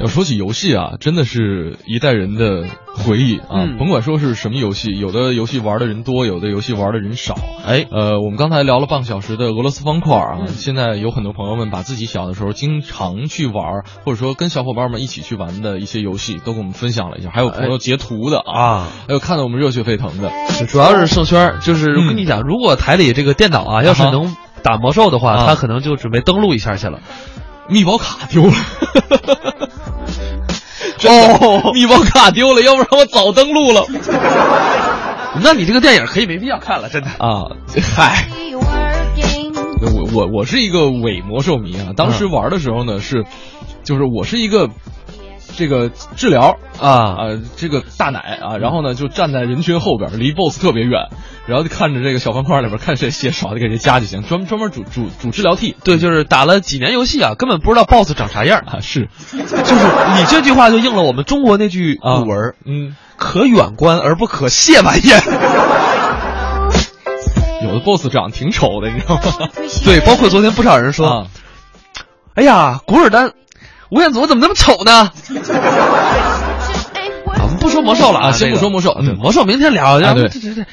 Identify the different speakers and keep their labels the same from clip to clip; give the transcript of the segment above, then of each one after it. Speaker 1: 要说起游戏啊，真的是一代人的回忆啊，
Speaker 2: 嗯
Speaker 1: 甭管说是什么游戏，有的游戏玩的人多，有的游戏玩的人少。
Speaker 2: 哎，
Speaker 1: 呃，我们刚才聊了半个小时的俄罗斯方块啊，现在有很多朋友们把自己小的时候经常去玩，或者说跟小伙伴们一起去玩的一些游戏，都给我们分享了一下，还有朋友截图的啊，
Speaker 2: 啊，
Speaker 1: 还有看得我们热血沸腾的，
Speaker 2: 主要是盛轩儿，就是
Speaker 1: 嗯
Speaker 2: 跟你讲，如果台里这个电脑啊，要是
Speaker 1: 啊哈
Speaker 2: 能打魔兽的话，
Speaker 1: 啊
Speaker 2: 他可能就准备登录一下去了。
Speaker 1: 密保卡丢了。 哦，密保卡丢了，要不然我早登录了
Speaker 2: 那你这个电影可以没必要看了，真的。
Speaker 1: 啊！嗨，
Speaker 3: be working.
Speaker 1: 我我我是一个伪魔兽迷啊，当
Speaker 2: 嗯
Speaker 1: 时玩的时候呢是，就是我是一个这个治疗
Speaker 2: 啊，
Speaker 1: 啊、这个大奶啊，然后呢就站在人群后边，离 BOSS 特别远，然后就看着这个小方块里边看谁血少就给谁加就行，专专门主主主治疗替
Speaker 2: 对，就是打了几年游戏啊，根本不知道 BOSS 长啥样儿。
Speaker 1: 啊是，
Speaker 2: 就是你这句话就应了我们中国那句
Speaker 1: 啊
Speaker 2: 古文儿：
Speaker 1: 嗯，
Speaker 2: 可远观而不可亵玩焉。
Speaker 1: 有的 BOSS 长得挺丑的，你知道吗？
Speaker 2: 对，包括昨天不少人说，
Speaker 1: 啊，
Speaker 2: 哎呀，古尔丹，吴彦祖怎么那么丑呢？啊我们不说魔兽了
Speaker 1: 啊
Speaker 2: 啊，
Speaker 1: 先不
Speaker 2: 这个
Speaker 1: 说魔兽
Speaker 2: 啊对
Speaker 1: 嗯
Speaker 2: 魔兽明天聊。然后
Speaker 1: 对
Speaker 2: 这这这，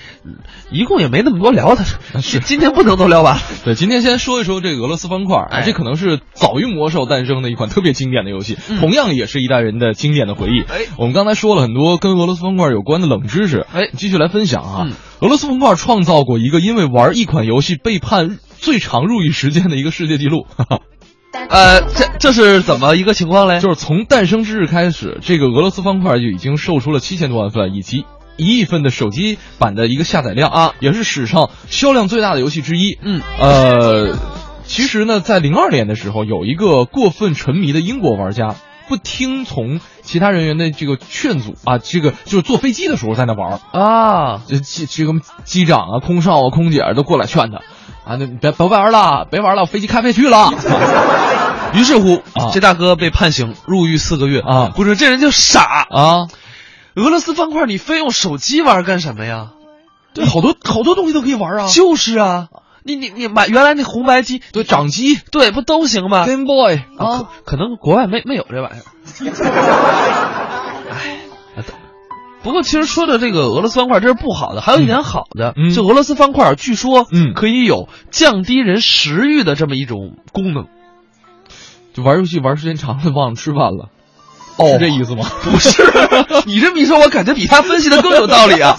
Speaker 2: 一共也没那么多聊的，
Speaker 1: 是
Speaker 2: 今天不能都聊 完了。
Speaker 1: 对，今天先说一说这个俄罗斯方块，啊，
Speaker 2: 哎
Speaker 1: 这可能是早于魔兽诞生的一款特别经典的游戏，
Speaker 2: 嗯
Speaker 1: 同样也是一代人的经典的回忆。
Speaker 2: 哎
Speaker 1: 我们刚才说了很多跟俄罗斯方块有关的冷知识，
Speaker 2: 哎
Speaker 1: 继续来分享啊。
Speaker 2: 嗯
Speaker 1: 俄罗斯方块创造过一个因为玩一款游戏被判最长入狱时间的一个世界纪录， 哈哈
Speaker 2: 呃，这这是怎么一个情况嘞？
Speaker 1: 就是从诞生之日开始，这个俄罗斯方块就已经售出了七千多万份，以及。一亿份的手机版的一个下载量
Speaker 2: 啊，
Speaker 1: 也是史上销量最大的游戏之一。
Speaker 2: 嗯
Speaker 1: 呃，其实呢，在零二年的时候，有一个过分沉迷的英国玩家。不听从其他人员的这个劝阻啊，这个就是坐飞机的时候在那玩儿，
Speaker 2: 啊，
Speaker 1: 这这这个机长啊、空少啊、空姐啊都过来劝他，啊，那别别玩了，别玩了，飞机开飞去了。
Speaker 2: 于是乎，
Speaker 1: 啊
Speaker 2: 这大哥被判刑，入狱四个月
Speaker 1: 啊
Speaker 2: 不是，这人就傻。
Speaker 1: 啊，
Speaker 2: 俄罗斯方块，你非用手机玩干什么呀？
Speaker 1: 对，好多好多东西都可以玩啊
Speaker 2: 就是啊，你你你买原来那红白机，
Speaker 1: 对，掌机
Speaker 2: 对，不都行吗？
Speaker 1: Game Boy
Speaker 2: 啊，可可能国外没没有这玩意儿。哎，不过其实说的这个俄罗斯方块，这是不好的。还有一点好的，
Speaker 1: 嗯
Speaker 2: 就俄罗斯方块，据说
Speaker 1: 嗯
Speaker 2: 可以有降低人食欲的这么一种功能。
Speaker 1: 就玩游戏玩时间长了，忘了吃饭了，是这意思吗？
Speaker 2: 不是，你这么一说，我感觉比他分析的更有道理啊。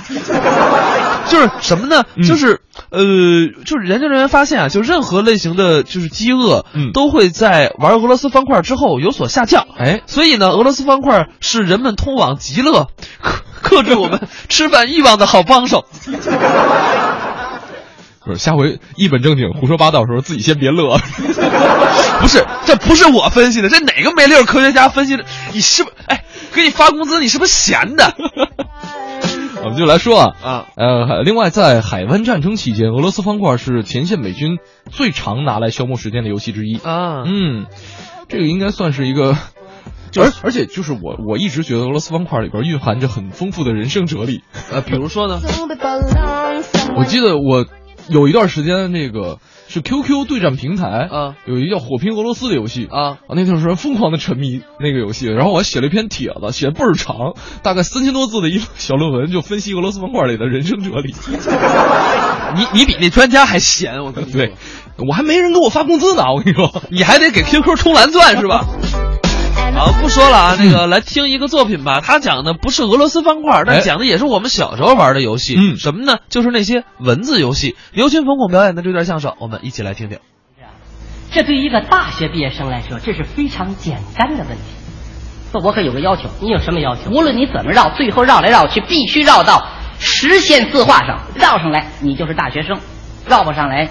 Speaker 2: 就是什么呢？
Speaker 1: 嗯
Speaker 2: 就是呃，就是研究人员发现啊，就任何类型的就是饥饿，
Speaker 1: 嗯
Speaker 2: 都会在玩俄罗斯方块之后有所下降。
Speaker 1: 哎，
Speaker 2: 所以呢，俄罗斯方块是人们通往极乐、克克制我们吃饭欲望的好帮手。
Speaker 1: 不是，下回一本正经胡说八道的时候，自己先别乐。
Speaker 2: 不是，这不是我分析的，这哪个没溜儿科学家分析的？你是不哎，给你发工资，你是不是 闲的？
Speaker 1: 我们就来说啊，
Speaker 2: 啊，
Speaker 1: 呃，另外在海湾战争期间，俄罗斯方块是前线美军最常拿来消磨时间的游戏之一。
Speaker 2: 啊，
Speaker 1: 嗯，这个应该算是一个。而而且就是我我一直觉得俄罗斯方块里边蕴含着很丰富的人生哲理。
Speaker 2: 呃，比如说呢，
Speaker 1: 我记得我有一段时间那个是 QQ 对战平台
Speaker 2: 啊
Speaker 1: 有一个叫火拼俄罗斯的游戏
Speaker 2: 啊，
Speaker 1: 啊，那段时间疯狂的沉迷那个游戏，然后我还写了一篇帖子，写得倍儿长，大概三千多字的一个小论文，就分析俄罗斯方块里的人生哲理。
Speaker 2: 你你比那专家还闲，我跟你说，
Speaker 1: 对，我还没人给我发工资呢，我跟你说。
Speaker 2: 你还得给 QQ 充蓝钻 是吧？啊，不说了啊，那个来听一个作品吧。他讲的不是俄罗斯方块，
Speaker 1: 嗯哎
Speaker 2: 但讲的也是我们小时候玩的游戏。
Speaker 1: 嗯
Speaker 2: 什么呢？就是那些文字游戏。刘群冯巩表演的这段相声，我们一起来听听。
Speaker 4: 这对于一个大学毕业生来说，这是非常简单的问题。那我可有个要求，你有什么要求？无论你怎么绕，最后绕来绕去，必须绕到实现字画上，绕上来你就是大学生，绕不上来，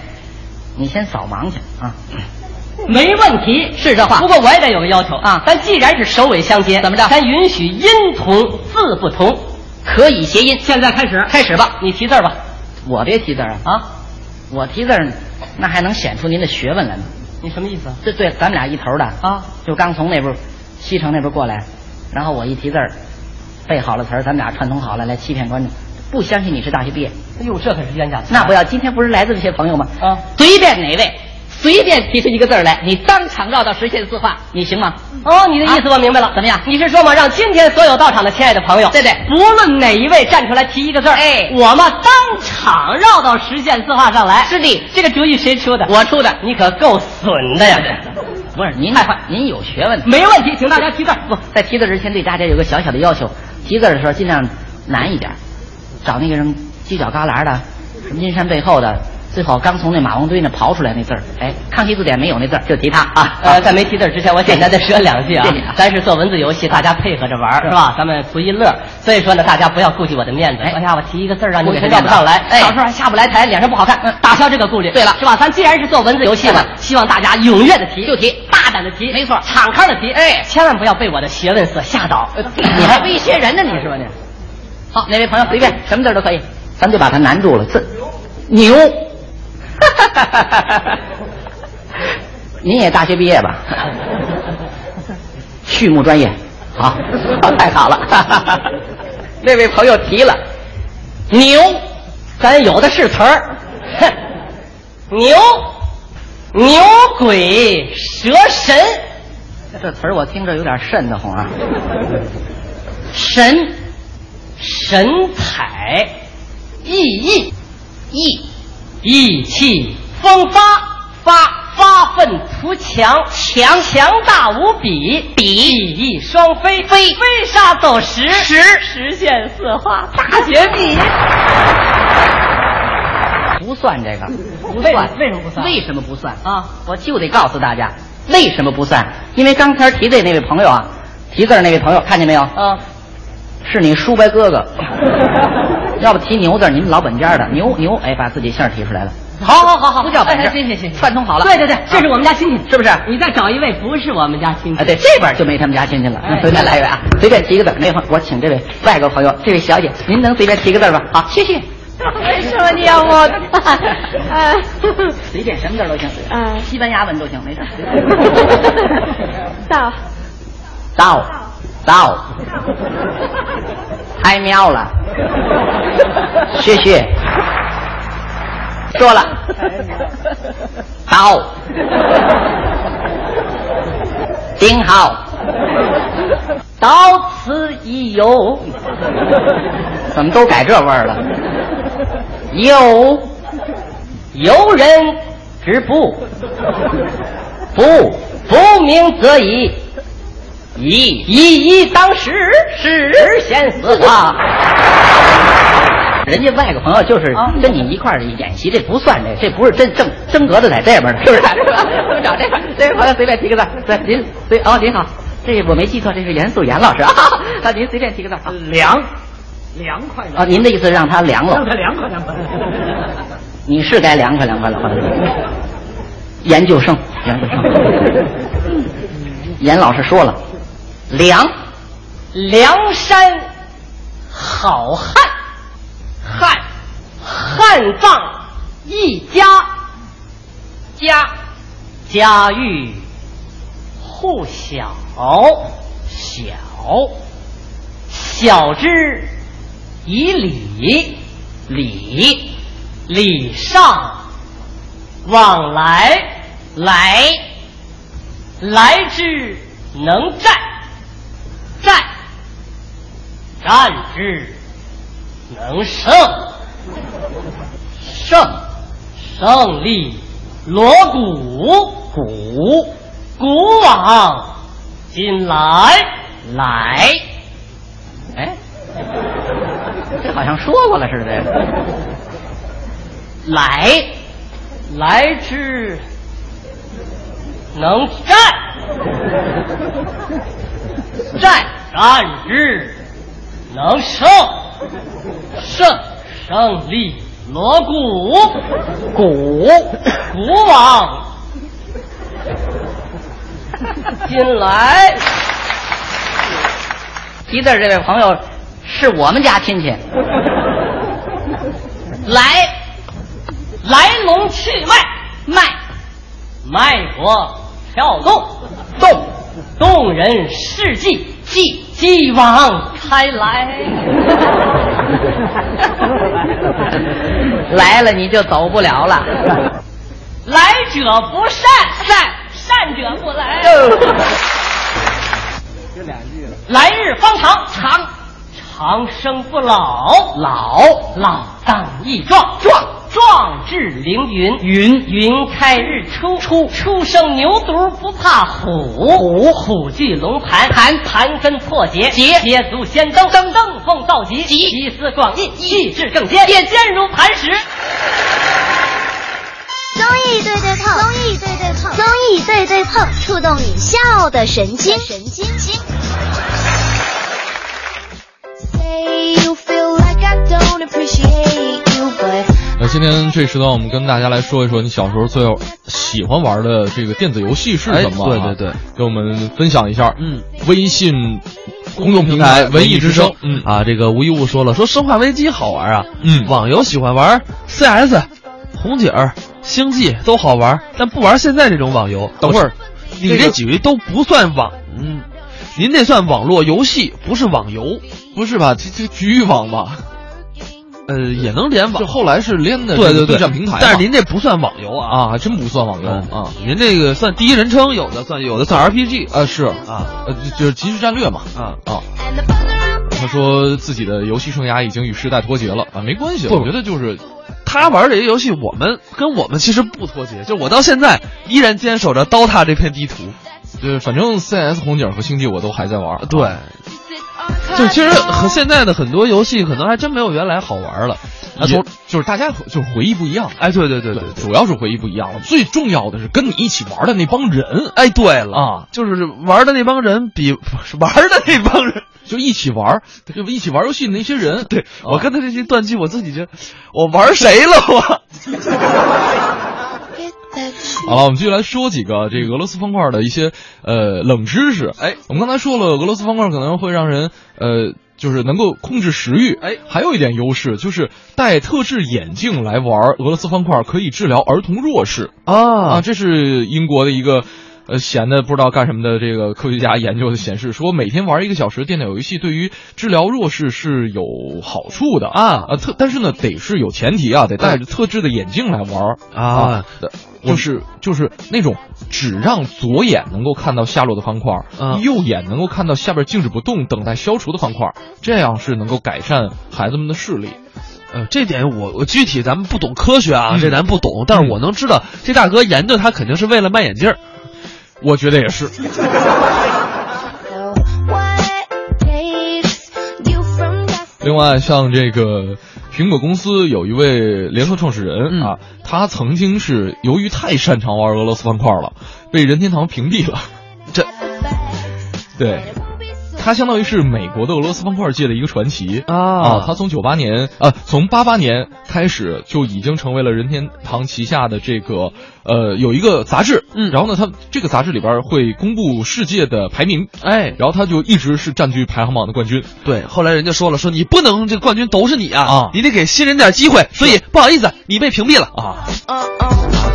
Speaker 4: 你先扫盲去啊。没问题，是这话。不过我也得有个要求啊，咱既然是首尾相接，怎么着？咱允许音同字不同，可以谐音。现在开始，开始吧，你提字儿吧。我别提字儿啊啊，我提字儿呢，那还能显出您的学问来呢。你什么意思？这对，咱们俩一头的啊，就刚从那边西城那边过来，然后我一提字儿，背好了词儿，咱们俩串通好了来欺骗观众。不相
Speaker 3: 嗯
Speaker 4: 信你是大学毕业？哎呦，这可是冤假错案！那不要，今天不是来自这些朋友吗？啊，随便哪位随便提出一个字儿来，你当场绕到实现四化，你行吗？哦，你的意思我明白了，怎么样？你是说嘛，让今天所有到场的亲爱的朋友，对对，不论哪一位站出来提一个字儿，哎，我嘛当场绕到实现四化上来。是的，这个主意谁出的？我出的。你可够损的呀！
Speaker 3: 不是您
Speaker 4: 太坏，
Speaker 3: 您有学问。
Speaker 4: 没问题，请大家提字儿。不，
Speaker 3: 在提字之前，对大家有个小小的要求：提字的时候尽量难一点，找那个什么犄角旮旯的，什么阴山背后的，最好刚从那马王堆那刨出来那字儿。哎，康熙字典没有那字儿，就提它啊。
Speaker 4: 呃，在没提字之前，我简单的说两句啊
Speaker 3: 谢谢啊。
Speaker 4: 咱是做文字游戏，大家配合着玩儿是吧？咱们图一乐。所以说呢，大家不要顾忌我的面子。
Speaker 3: 哎
Speaker 4: 哎呀，我提一个字儿啊，你
Speaker 3: 顾
Speaker 4: 给
Speaker 3: 忌
Speaker 4: 他绕不
Speaker 3: 面子
Speaker 4: 上来，
Speaker 3: 哎
Speaker 4: 到时候还下不来台，脸上不好看。嗯打消这个顾虑。
Speaker 3: 对了
Speaker 4: 是吧？咱既然是做文字游戏嘛
Speaker 3: 是，的
Speaker 4: 希望大家踊跃的提，
Speaker 3: 就提
Speaker 4: 大胆的提，
Speaker 3: 没错
Speaker 4: 敞开的提。
Speaker 3: 哎呃
Speaker 4: 千万不要被我的学问所吓倒。
Speaker 3: 你还威胁人呢，你是吧你？好，哪位朋友随便什么字儿都可以，咱们就把它难住了。字牛，您也大学毕业吧？畜牧专业，好，太好了。那位朋友提了牛，
Speaker 4: 咱有的是词儿，哼，牛，牛鬼蛇神，
Speaker 3: 这词儿我听着有点瘆得慌啊。
Speaker 4: 神，神采，意义，意，意气风发，发发愤图强，强强大无比，比意义双飞，飞飞沙走石，石实现四化大绝技。
Speaker 3: 不算这个，不
Speaker 4: 为
Speaker 3: 算，
Speaker 4: 为什么不算
Speaker 3: 为什么不算
Speaker 4: 啊？
Speaker 3: 我就得告诉大家为什么不算，因为刚才提的那位朋友啊，提字儿那位朋友看见没有？
Speaker 4: 啊，
Speaker 3: 是你叔伯哥 哥，要不提牛字儿，你们老本家的牛牛，哎，把自己姓儿提出来了，
Speaker 4: 好好好好，
Speaker 3: 不叫本
Speaker 4: 哎
Speaker 3: 事，
Speaker 4: 行行行，
Speaker 3: 串通好了，
Speaker 4: 对对对
Speaker 3: 啊，
Speaker 4: 这是我们家亲戚，
Speaker 3: 是不是？
Speaker 4: 你再找一位不是我们家亲戚
Speaker 3: 啊，，对，这边就没他们家亲戚了。
Speaker 4: 哎
Speaker 3: 随便来一位啊，随便提个字儿。那会儿我请这位外国朋友，这位小姐，您能随便提个字儿吗？好，谢谢。
Speaker 5: 为什么你要我？呃，
Speaker 3: 随便什么字儿都行，
Speaker 5: 嗯
Speaker 3: 西班牙文都行，没事儿。
Speaker 5: 到
Speaker 3: 到，到， 太妙了，谢谢。说了，到，顶好，到此一游，怎么都改这味儿了？游，游人止 步，不不鸣则已。一一一当十，十先死 啊！人家外国朋友就是
Speaker 6: 啊
Speaker 3: 跟你一块儿演习，这不算这，这不是真正真格的在这边 呢，是不是？是吧？我们找这边，这位朋友随便提个字，对，您随哦，您好，这我没记错，这是严素妍老师啊，那您随便提个字啊，
Speaker 6: 凉，凉快了，
Speaker 3: 哦，您的意思是让他凉了
Speaker 6: 让，他凉快凉快。
Speaker 3: 你是该凉快凉快了，研究生，研究生，严老师说了，凉，
Speaker 4: 梁山好汉，汉汉藏一家，家家喻户晓，小晓之以礼，礼礼尚往来，来来之能战，战战之能胜，胜胜利锣鼓鼓鼓往今来来，哎，
Speaker 3: 这好像说过了似的，这个。
Speaker 4: 来来之能战，战战之能胜，胜胜利锣鼓鼓鼓往， 今来
Speaker 3: 提字儿这位朋友是我们家亲戚，
Speaker 4: 来来龙去脉脉脉搏跳动动动人事迹继继往开来。
Speaker 3: 来了你就走不了了。
Speaker 5: 来者不善，善善者不来。
Speaker 4: 来日方长，长长生不老，老老当益壮，壮壮志凌云，云云开日出，出初生牛犊不怕虎，虎虎踞龙盘，盘盘根错节，节捷足先登，登登凤造极，极奇思壮意，意志正坚，坚坚如磐石。
Speaker 7: 综艺对对碰，综艺对对碰，综艺对对碰，触动你笑的神经，神经经。Say you feel like I don't appreciate you, but
Speaker 1: 那今天这时段，我们跟大家来说一说你小时候最喜欢玩的这个电子游戏是什么、啊
Speaker 2: 哎对对对，
Speaker 1: 给我们分享一下。
Speaker 2: 嗯，
Speaker 1: 微信 公众平台“文艺之声”。嗯
Speaker 2: 啊，这个无一物说了，说《生化危机》好玩啊，
Speaker 1: 嗯
Speaker 2: 网游喜欢玩 CS、红警、星际都好玩，但不玩现在这种网游。
Speaker 1: 等会儿，
Speaker 2: 你
Speaker 1: 这
Speaker 2: 这
Speaker 1: 个
Speaker 2: 几位都不算网，嗯，您那算网络游戏，不是网游。
Speaker 1: 不是吧？这这局域网吧，
Speaker 2: 呃，也能联网
Speaker 1: 就，后来是连的
Speaker 2: 对对对，
Speaker 1: 对战平台嘛。
Speaker 2: 但是您这不算网游啊，
Speaker 1: 啊，还真不算网游啊
Speaker 2: 啊，您这个算第一人称，有的算有的算 RPG
Speaker 1: 啊是
Speaker 2: 啊
Speaker 1: 呃，就就是即时战略嘛
Speaker 2: 啊，
Speaker 1: 啊。
Speaker 7: and the bugger up
Speaker 1: 他说自己的游戏生涯已经与时代脱节了啊，没关系，
Speaker 2: 不
Speaker 1: 我觉得就是
Speaker 2: 他玩这些游戏，我们跟我们其实不脱节，就我到现在依然坚守着 DOTA 这片地图。
Speaker 1: 就是反正 CS 红警和星际我都还在玩。
Speaker 2: 对，
Speaker 7: sits on a
Speaker 2: 就其实和 现在的很多游戏可能还真没有原来好玩了。啊，
Speaker 1: 也
Speaker 2: 从
Speaker 1: 就是大家就是回忆不一样，
Speaker 2: 哎，对对对对对，
Speaker 1: 主要是回忆不一样了。最重要的是跟你一起玩的那帮人，
Speaker 2: 哎，对了
Speaker 1: 啊，
Speaker 2: 就是玩的那帮人比 玩的那帮人，
Speaker 1: 就一起玩，就一起玩游戏的那些人。
Speaker 2: 对、
Speaker 1: 啊
Speaker 2: 我跟他这些断句，我自己就我玩谁了我？
Speaker 7: get that
Speaker 1: 好了，我们继续来说几个这个俄罗斯方块的一些呃冷知识。
Speaker 2: 哎，
Speaker 1: 我们刚才说了，俄罗斯方块可能会让人呃。就是能够控制食欲，
Speaker 2: 哎
Speaker 1: 还有一点优势就是戴特制眼镜来玩俄罗斯方块可以治疗儿童弱视 啊，
Speaker 2: 啊，
Speaker 1: 这是英国的一个。呃，闲的不知道干什么的这个科学家研究的显示说，每天玩一个小时电脑游戏对于治疗弱视是有好处的
Speaker 2: 啊
Speaker 1: 呃特但是呢，得是有前提啊，得戴着特制的眼镜来玩儿
Speaker 2: 啊
Speaker 1: 的就是就是那种只让左眼能够看到下落的方块，
Speaker 2: 啊
Speaker 1: 右眼能够看到下边静止不动等待消除的方块，这样是能够改善孩子们的视力。
Speaker 2: 呃，这点我我具体咱们不懂科学
Speaker 1: 嗯
Speaker 2: 啊，这咱不懂，但是我能知道这大哥研究他肯定是为了卖眼镜儿。
Speaker 1: 我觉得也是。
Speaker 7: know what takes you from that
Speaker 1: 另外，像这个苹果公司有一位联合创始人、
Speaker 2: 嗯
Speaker 1: 啊，他曾经是由于太擅长玩俄罗斯方块了，被任天堂屏蔽了。对
Speaker 7: it won't be so
Speaker 1: 他相当于是美国的俄罗斯方块界的一个传奇
Speaker 2: 啊
Speaker 1: 他从九八年啊，从八八年开始就已经成为了任天堂旗下的这个呃有一个杂志，
Speaker 2: 嗯
Speaker 1: 然后呢，他这个杂志里边会公布世界的排名，
Speaker 2: 哎，
Speaker 1: 然后他就一直是占据排行榜的冠军。
Speaker 2: 对，后来人家说了，说你不能这冠军都是你啊，
Speaker 1: 啊
Speaker 2: 你得给新人点机会，所以不好意思，你被屏蔽了啊。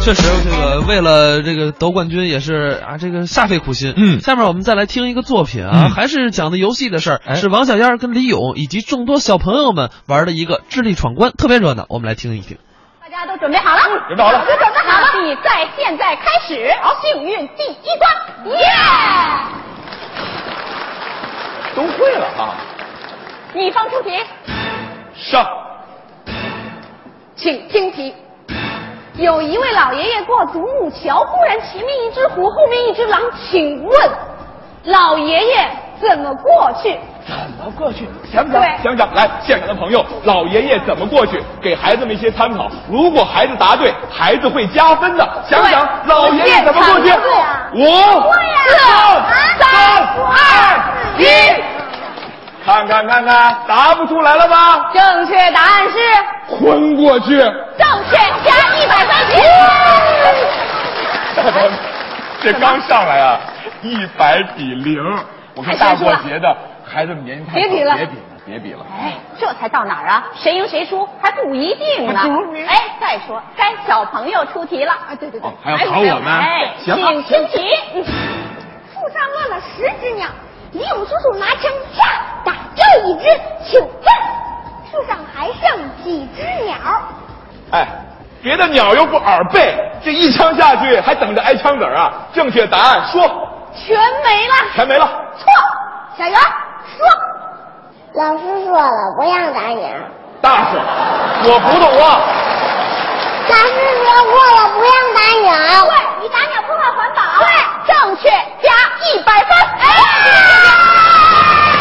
Speaker 2: 确实，这个为了这个得冠军也是啊，这个煞费苦心。
Speaker 1: 嗯
Speaker 2: 下面我们再来听一个作品啊，
Speaker 1: 嗯
Speaker 2: 还是讲的游戏的事儿，
Speaker 1: 哎
Speaker 2: 是王小燕儿跟李勇以及众多小朋友们玩的一个智力闯关，特别热闹，我们来听一听。
Speaker 5: 大家都准备好了？
Speaker 8: 嗯
Speaker 5: 准备好了，都准备好了。比赛现在开始，好，幸运第一关，耶！
Speaker 8: 都会了啊！
Speaker 5: 你方出题，
Speaker 8: 上，
Speaker 5: 请听题。有一位老爷爷过独木桥，忽然前面一只虎，后面一只狼，请问老爷爷怎么过去？
Speaker 8: 想不想？
Speaker 5: 对
Speaker 8: 想不想？来，现场的朋友，老爷爷怎么过去？给孩子们一些参考。如果孩子答对，孩子会加分的。想不想？
Speaker 5: 对
Speaker 8: 老爷爷怎么过去
Speaker 5: 现场对啊？
Speaker 8: 五、四、三、二、一。看看看看，答不出来了吧？
Speaker 5: 正确答案是
Speaker 8: 昏过去。
Speaker 5: 正确加一百块钱。
Speaker 8: 这刚上来啊，一百比零。我
Speaker 5: 还
Speaker 8: 看
Speaker 5: 是输
Speaker 8: 大过
Speaker 5: 了
Speaker 8: 节的，孩子们年纪太
Speaker 5: 哎别比
Speaker 8: 小
Speaker 5: 了
Speaker 8: 别比了，别比了。
Speaker 5: 哎，这才到哪儿啊？谁赢谁输还不一定呢。哎，再说该小朋友出题了啊！对对对
Speaker 8: 哦还要考我们
Speaker 5: 哎，
Speaker 8: 行
Speaker 5: 请听题。嗯树上乱了十只鸟，李勇叔叔拿枪啪打这一只，请问树上还剩几只鸟？
Speaker 8: 哎，别的鸟又不耳背，这一枪下去还等着挨枪子儿啊！正确答案说
Speaker 5: 全没了。
Speaker 8: 全没了。
Speaker 5: 错，小袁说，
Speaker 7: 老师说了不让打鸟，
Speaker 8: 大伙，我不懂啊。
Speaker 7: 老师说过了不让打鸟。
Speaker 5: 对你打鸟破坏环保，啊对，正确加一百分。
Speaker 8: 哎
Speaker 5: 哎，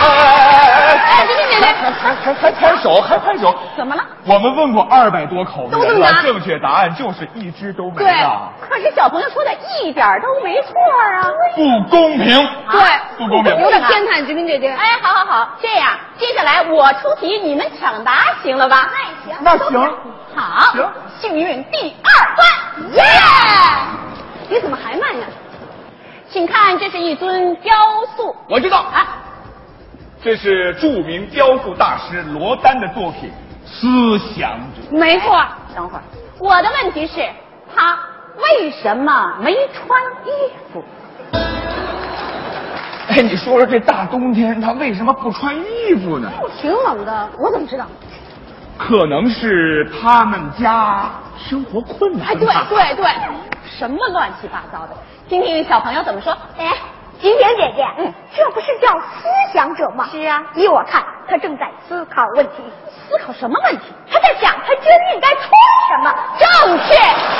Speaker 8: 哎哎哎哎！
Speaker 5: 别别别别
Speaker 8: 还还还还拍手，还拍手。
Speaker 5: 怎么了？
Speaker 8: 我们问过二百多口的
Speaker 5: 都这
Speaker 8: 人
Speaker 5: 么
Speaker 8: 了
Speaker 5: 答，
Speaker 8: 正确答案就是一只都没
Speaker 5: 对
Speaker 8: 了，，
Speaker 5: 可是小朋友说的一点儿都没错啊。
Speaker 8: 不公平。
Speaker 5: 对，
Speaker 8: 啊不公平
Speaker 5: 有点偏袒殖民姐姐。哎，好好好，这样，接下来我出题，你们抢答，行了吧？那行
Speaker 8: 那行
Speaker 5: 好，
Speaker 8: 行
Speaker 5: 幸运第二关，耶！你怎么还慢呢？请看，这是一尊雕塑
Speaker 8: 我知道，
Speaker 5: 啊，
Speaker 8: 这是著名雕塑大师罗丹的作品《思想者》。
Speaker 5: 没错。哎等会儿，我的问题是，他为什么没穿衣服？
Speaker 8: 哎，你说说这大冬天他为什么不穿衣服呢？
Speaker 5: 挺冷的，我怎么知道？
Speaker 8: 可能是他们家生活困难。
Speaker 5: 哎， 对对对，什么乱七八糟的？听听小朋友怎么说。哎，景点姐姐，嗯，这不是叫思想者吗？是啊，依我看，他正在思考问题。思考什么问题？他在想，他今儿应该穿什么？正确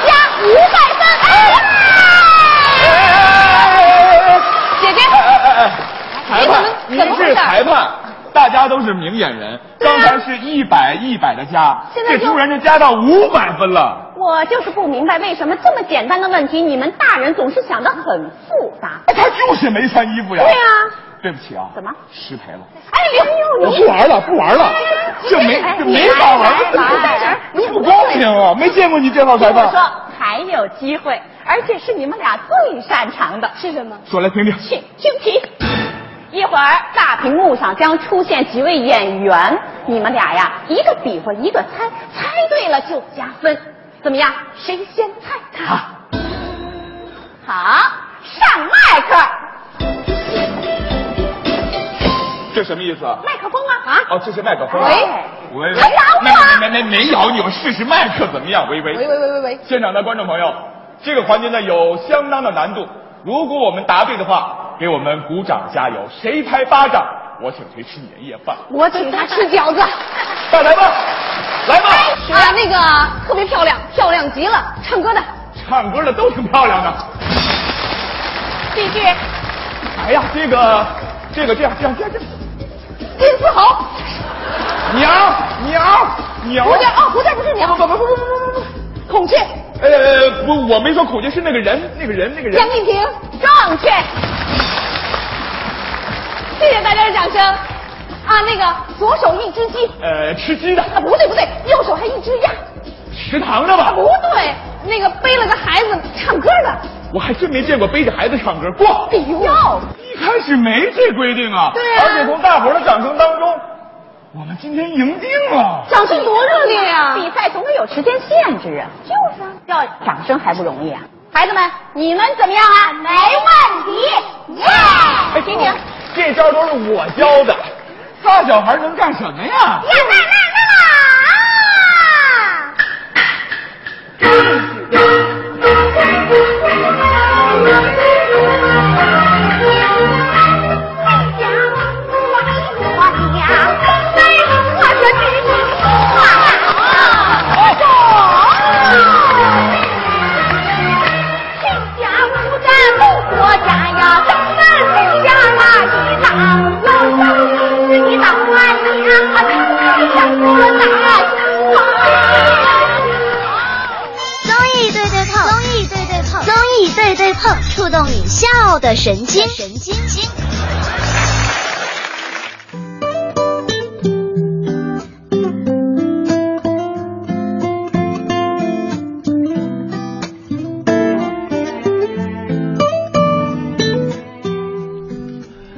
Speaker 5: 加五百分。哎姐姐，
Speaker 8: 哎哎哎， 裁判，
Speaker 5: 你
Speaker 8: 您
Speaker 5: 怎么
Speaker 8: 是裁判，大家都是明眼人。
Speaker 5: 对啊
Speaker 8: 刚才是一百一百的加，
Speaker 5: 现在
Speaker 8: 这
Speaker 5: 就
Speaker 8: 突然就加到五百分了。
Speaker 5: 我就是不明白，为什么这么简单的问题，你们大人总是想的很复杂。
Speaker 8: 哎他就是没穿衣服呀。
Speaker 5: 对呀
Speaker 8: 对不起啊。
Speaker 5: 怎么
Speaker 8: 失陪了？
Speaker 5: 哎呦，哎
Speaker 8: 我不玩了，不玩了，这没这没法玩，这不公平啊！没见过你这号裁
Speaker 5: 我
Speaker 8: 判。
Speaker 5: 说还有机会，而且是你们俩最擅长的，是什么？
Speaker 8: 说来听听。
Speaker 5: 请听题。一会儿大屏幕上将出现几位演员，你们俩呀，一个比划一个猜，猜对了就加分，怎么样？谁先猜？好，好，上麦克，
Speaker 8: 这什么意思啊？
Speaker 5: 麦克风啊啊！
Speaker 8: 哦，这是麦克风。
Speaker 5: 喂
Speaker 8: 喂喂
Speaker 5: 来打我啊
Speaker 8: 没没没没咬你，我试试麦克怎么样？喂喂
Speaker 5: 喂喂喂喂喂，
Speaker 8: 现场的观众朋友，这个环节呢有相当的难度，如果我们答对的话，给我们鼓掌加油，谁拍巴掌，我请谁吃年夜饭。
Speaker 5: 我请他吃饺子。
Speaker 8: 大来吧，来吧，
Speaker 5: 啊，那个特别漂亮，漂亮极了，唱歌的
Speaker 8: 唱歌的都挺漂亮的。
Speaker 5: 继续，
Speaker 8: 哎呀，这个这个这样这样这样这样，
Speaker 5: 金丝猴，
Speaker 8: 鸟鸟鸟，
Speaker 5: 蝴蝶哦，蝴蝶不是鸟，不不不不不不，孔雀，
Speaker 8: 呃，不，我没说孔雀是那个人，那个人，那个人
Speaker 5: 杨。丽萍，正确。谢谢大家的掌声。啊，那个左手一只鸡，
Speaker 8: 呃，吃鸡的，
Speaker 5: 啊不对不对，右手还一只鸭，啊
Speaker 8: 食堂的吧？
Speaker 5: 不对，那个背了个孩子唱歌的，
Speaker 8: 我还真没见过背着孩子唱歌过。
Speaker 5: 哎呦，
Speaker 8: 一开始没这规定啊，
Speaker 5: 对啊
Speaker 8: 而且从大伙儿的掌声当中，我们今天赢定了。
Speaker 5: 掌声多热烈呀！比赛总得有时间限制啊。就是啊，要掌声还不容易啊。孩子们，你们怎么样啊？没问题，耶！哦
Speaker 8: 哎，
Speaker 5: 婷婷，
Speaker 8: 这招都是我教的，大小孩能干什么呀？
Speaker 7: 综艺对对碰，综艺对对碰，综艺对对碰，触动你笑的神经，神经经。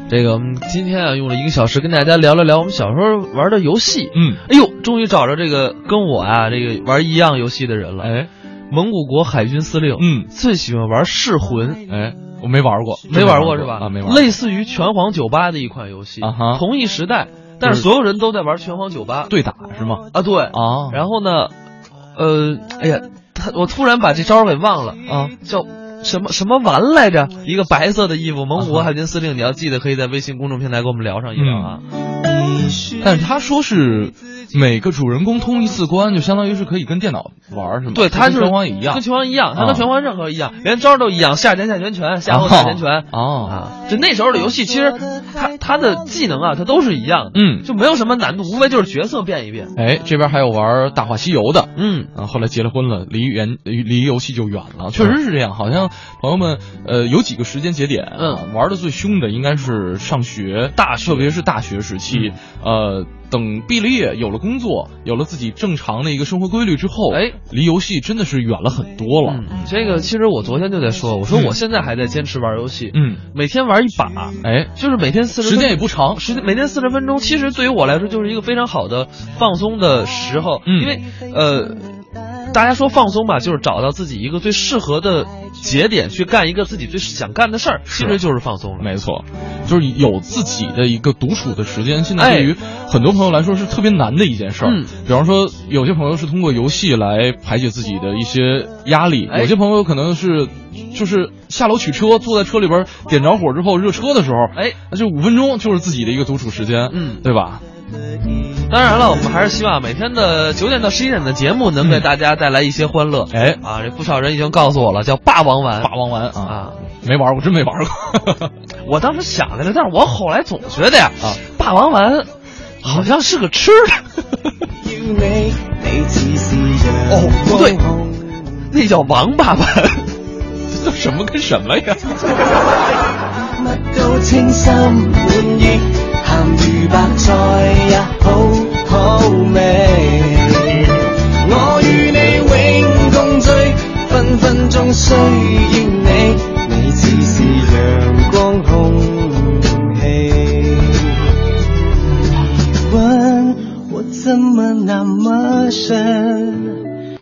Speaker 2: 这个我们今天啊，用了一个小时跟大家聊了聊我们小时候玩的游戏。
Speaker 1: 嗯，
Speaker 2: 哎呦，终于找着这个跟我啊这个玩一样游戏的人了。
Speaker 1: 哎，
Speaker 2: 蒙古国海军司令，
Speaker 1: 嗯
Speaker 2: 最喜欢玩噬魂，
Speaker 1: 哎，我没玩过，
Speaker 2: 没玩过是吧？
Speaker 1: 啊，没玩过。
Speaker 2: 类似于拳皇九八的一款游戏，
Speaker 1: 啊哈
Speaker 2: 同一时代，但是所有人都在玩拳皇九八。
Speaker 1: 对打是吗？
Speaker 2: 啊，对
Speaker 1: 啊，
Speaker 2: 然后呢，呃，哎呀，他我突然把这招儿给忘了啊，叫什么什么丸来着？一个白色的衣服，蒙
Speaker 1: 啊
Speaker 2: 古海军司令，你要记得可以在微信公众平台跟我们聊上一聊啊。
Speaker 1: 嗯但是他说是每个主人公通一次关，就相当于是可以跟电脑玩儿，是吗？
Speaker 2: 对，他就是
Speaker 1: 跟拳皇一样
Speaker 2: 跟。拳皇一样，他
Speaker 1: 啊
Speaker 2: 跟拳皇任何一样，连招儿都一样，下拳下拳拳，下后下拳拳。
Speaker 1: 哦
Speaker 2: 啊，就那时候的游戏，其实它它的技能啊，它都是一样的，
Speaker 1: 嗯
Speaker 2: 就没有什么难度，无非就是角色变一变。
Speaker 1: 哎，这边还有玩《大话西游》的，
Speaker 2: 嗯，
Speaker 1: 啊，后来结了婚了，离原离离游戏就远了，确实是这样。好像朋友们，呃，有几个时间节点，啊，
Speaker 2: 嗯
Speaker 1: 玩的最凶的应该是上学，
Speaker 2: 大学
Speaker 1: 特别是大学时期，
Speaker 2: 嗯
Speaker 1: 呃，等毕了业，有了工作，有了自己正常的一个生活规律之后，
Speaker 2: 哎，
Speaker 1: 离游戏真的是远了很多了。
Speaker 2: 嗯，这个其实我昨天就在说，我说我现在还在坚持玩游戏，
Speaker 1: 嗯，
Speaker 2: 每天玩一把，
Speaker 1: 哎，
Speaker 2: 就是每天四十，
Speaker 1: 时间也不长，
Speaker 2: 时间每天四十分钟，其实对于我来说就是一个非常好的放松的时候，
Speaker 1: 嗯
Speaker 2: 因为呃，大家说放松吧，就是找到自己一个最适合的节点去干一个自己最想干的事儿，其实就是放松了。
Speaker 1: 没错，就是有自己的一个独处的时间。现在
Speaker 2: 哎
Speaker 1: 对于很多朋友来说是特别难的一件事儿。
Speaker 2: 嗯
Speaker 1: 比方说，有些朋友是通过游戏来排解自己的一些压力，
Speaker 2: 哎
Speaker 1: 有些朋友可能是就是下楼取车，坐在车里边儿点着火之后热车的时候，
Speaker 2: 哎，
Speaker 1: 那就五分钟就是自己的一个独处时间，
Speaker 2: 嗯
Speaker 1: 对吧？
Speaker 2: 当然了，我们还是希望每天的九点到十一点的节目能给大家带来一些欢乐。
Speaker 1: 哎，
Speaker 2: 啊，这不少人已经告诉我了，叫霸王丸。
Speaker 1: 霸王丸啊，
Speaker 2: 啊，
Speaker 1: 没玩过，真没玩过。
Speaker 2: 我当时想来了，但是我后来总觉得呀，
Speaker 1: 啊
Speaker 2: 霸王丸好像是个吃的。 哦，不对，那叫王 八丸。
Speaker 1: 这什么跟什么呀？
Speaker 9: 问我怎么那么深？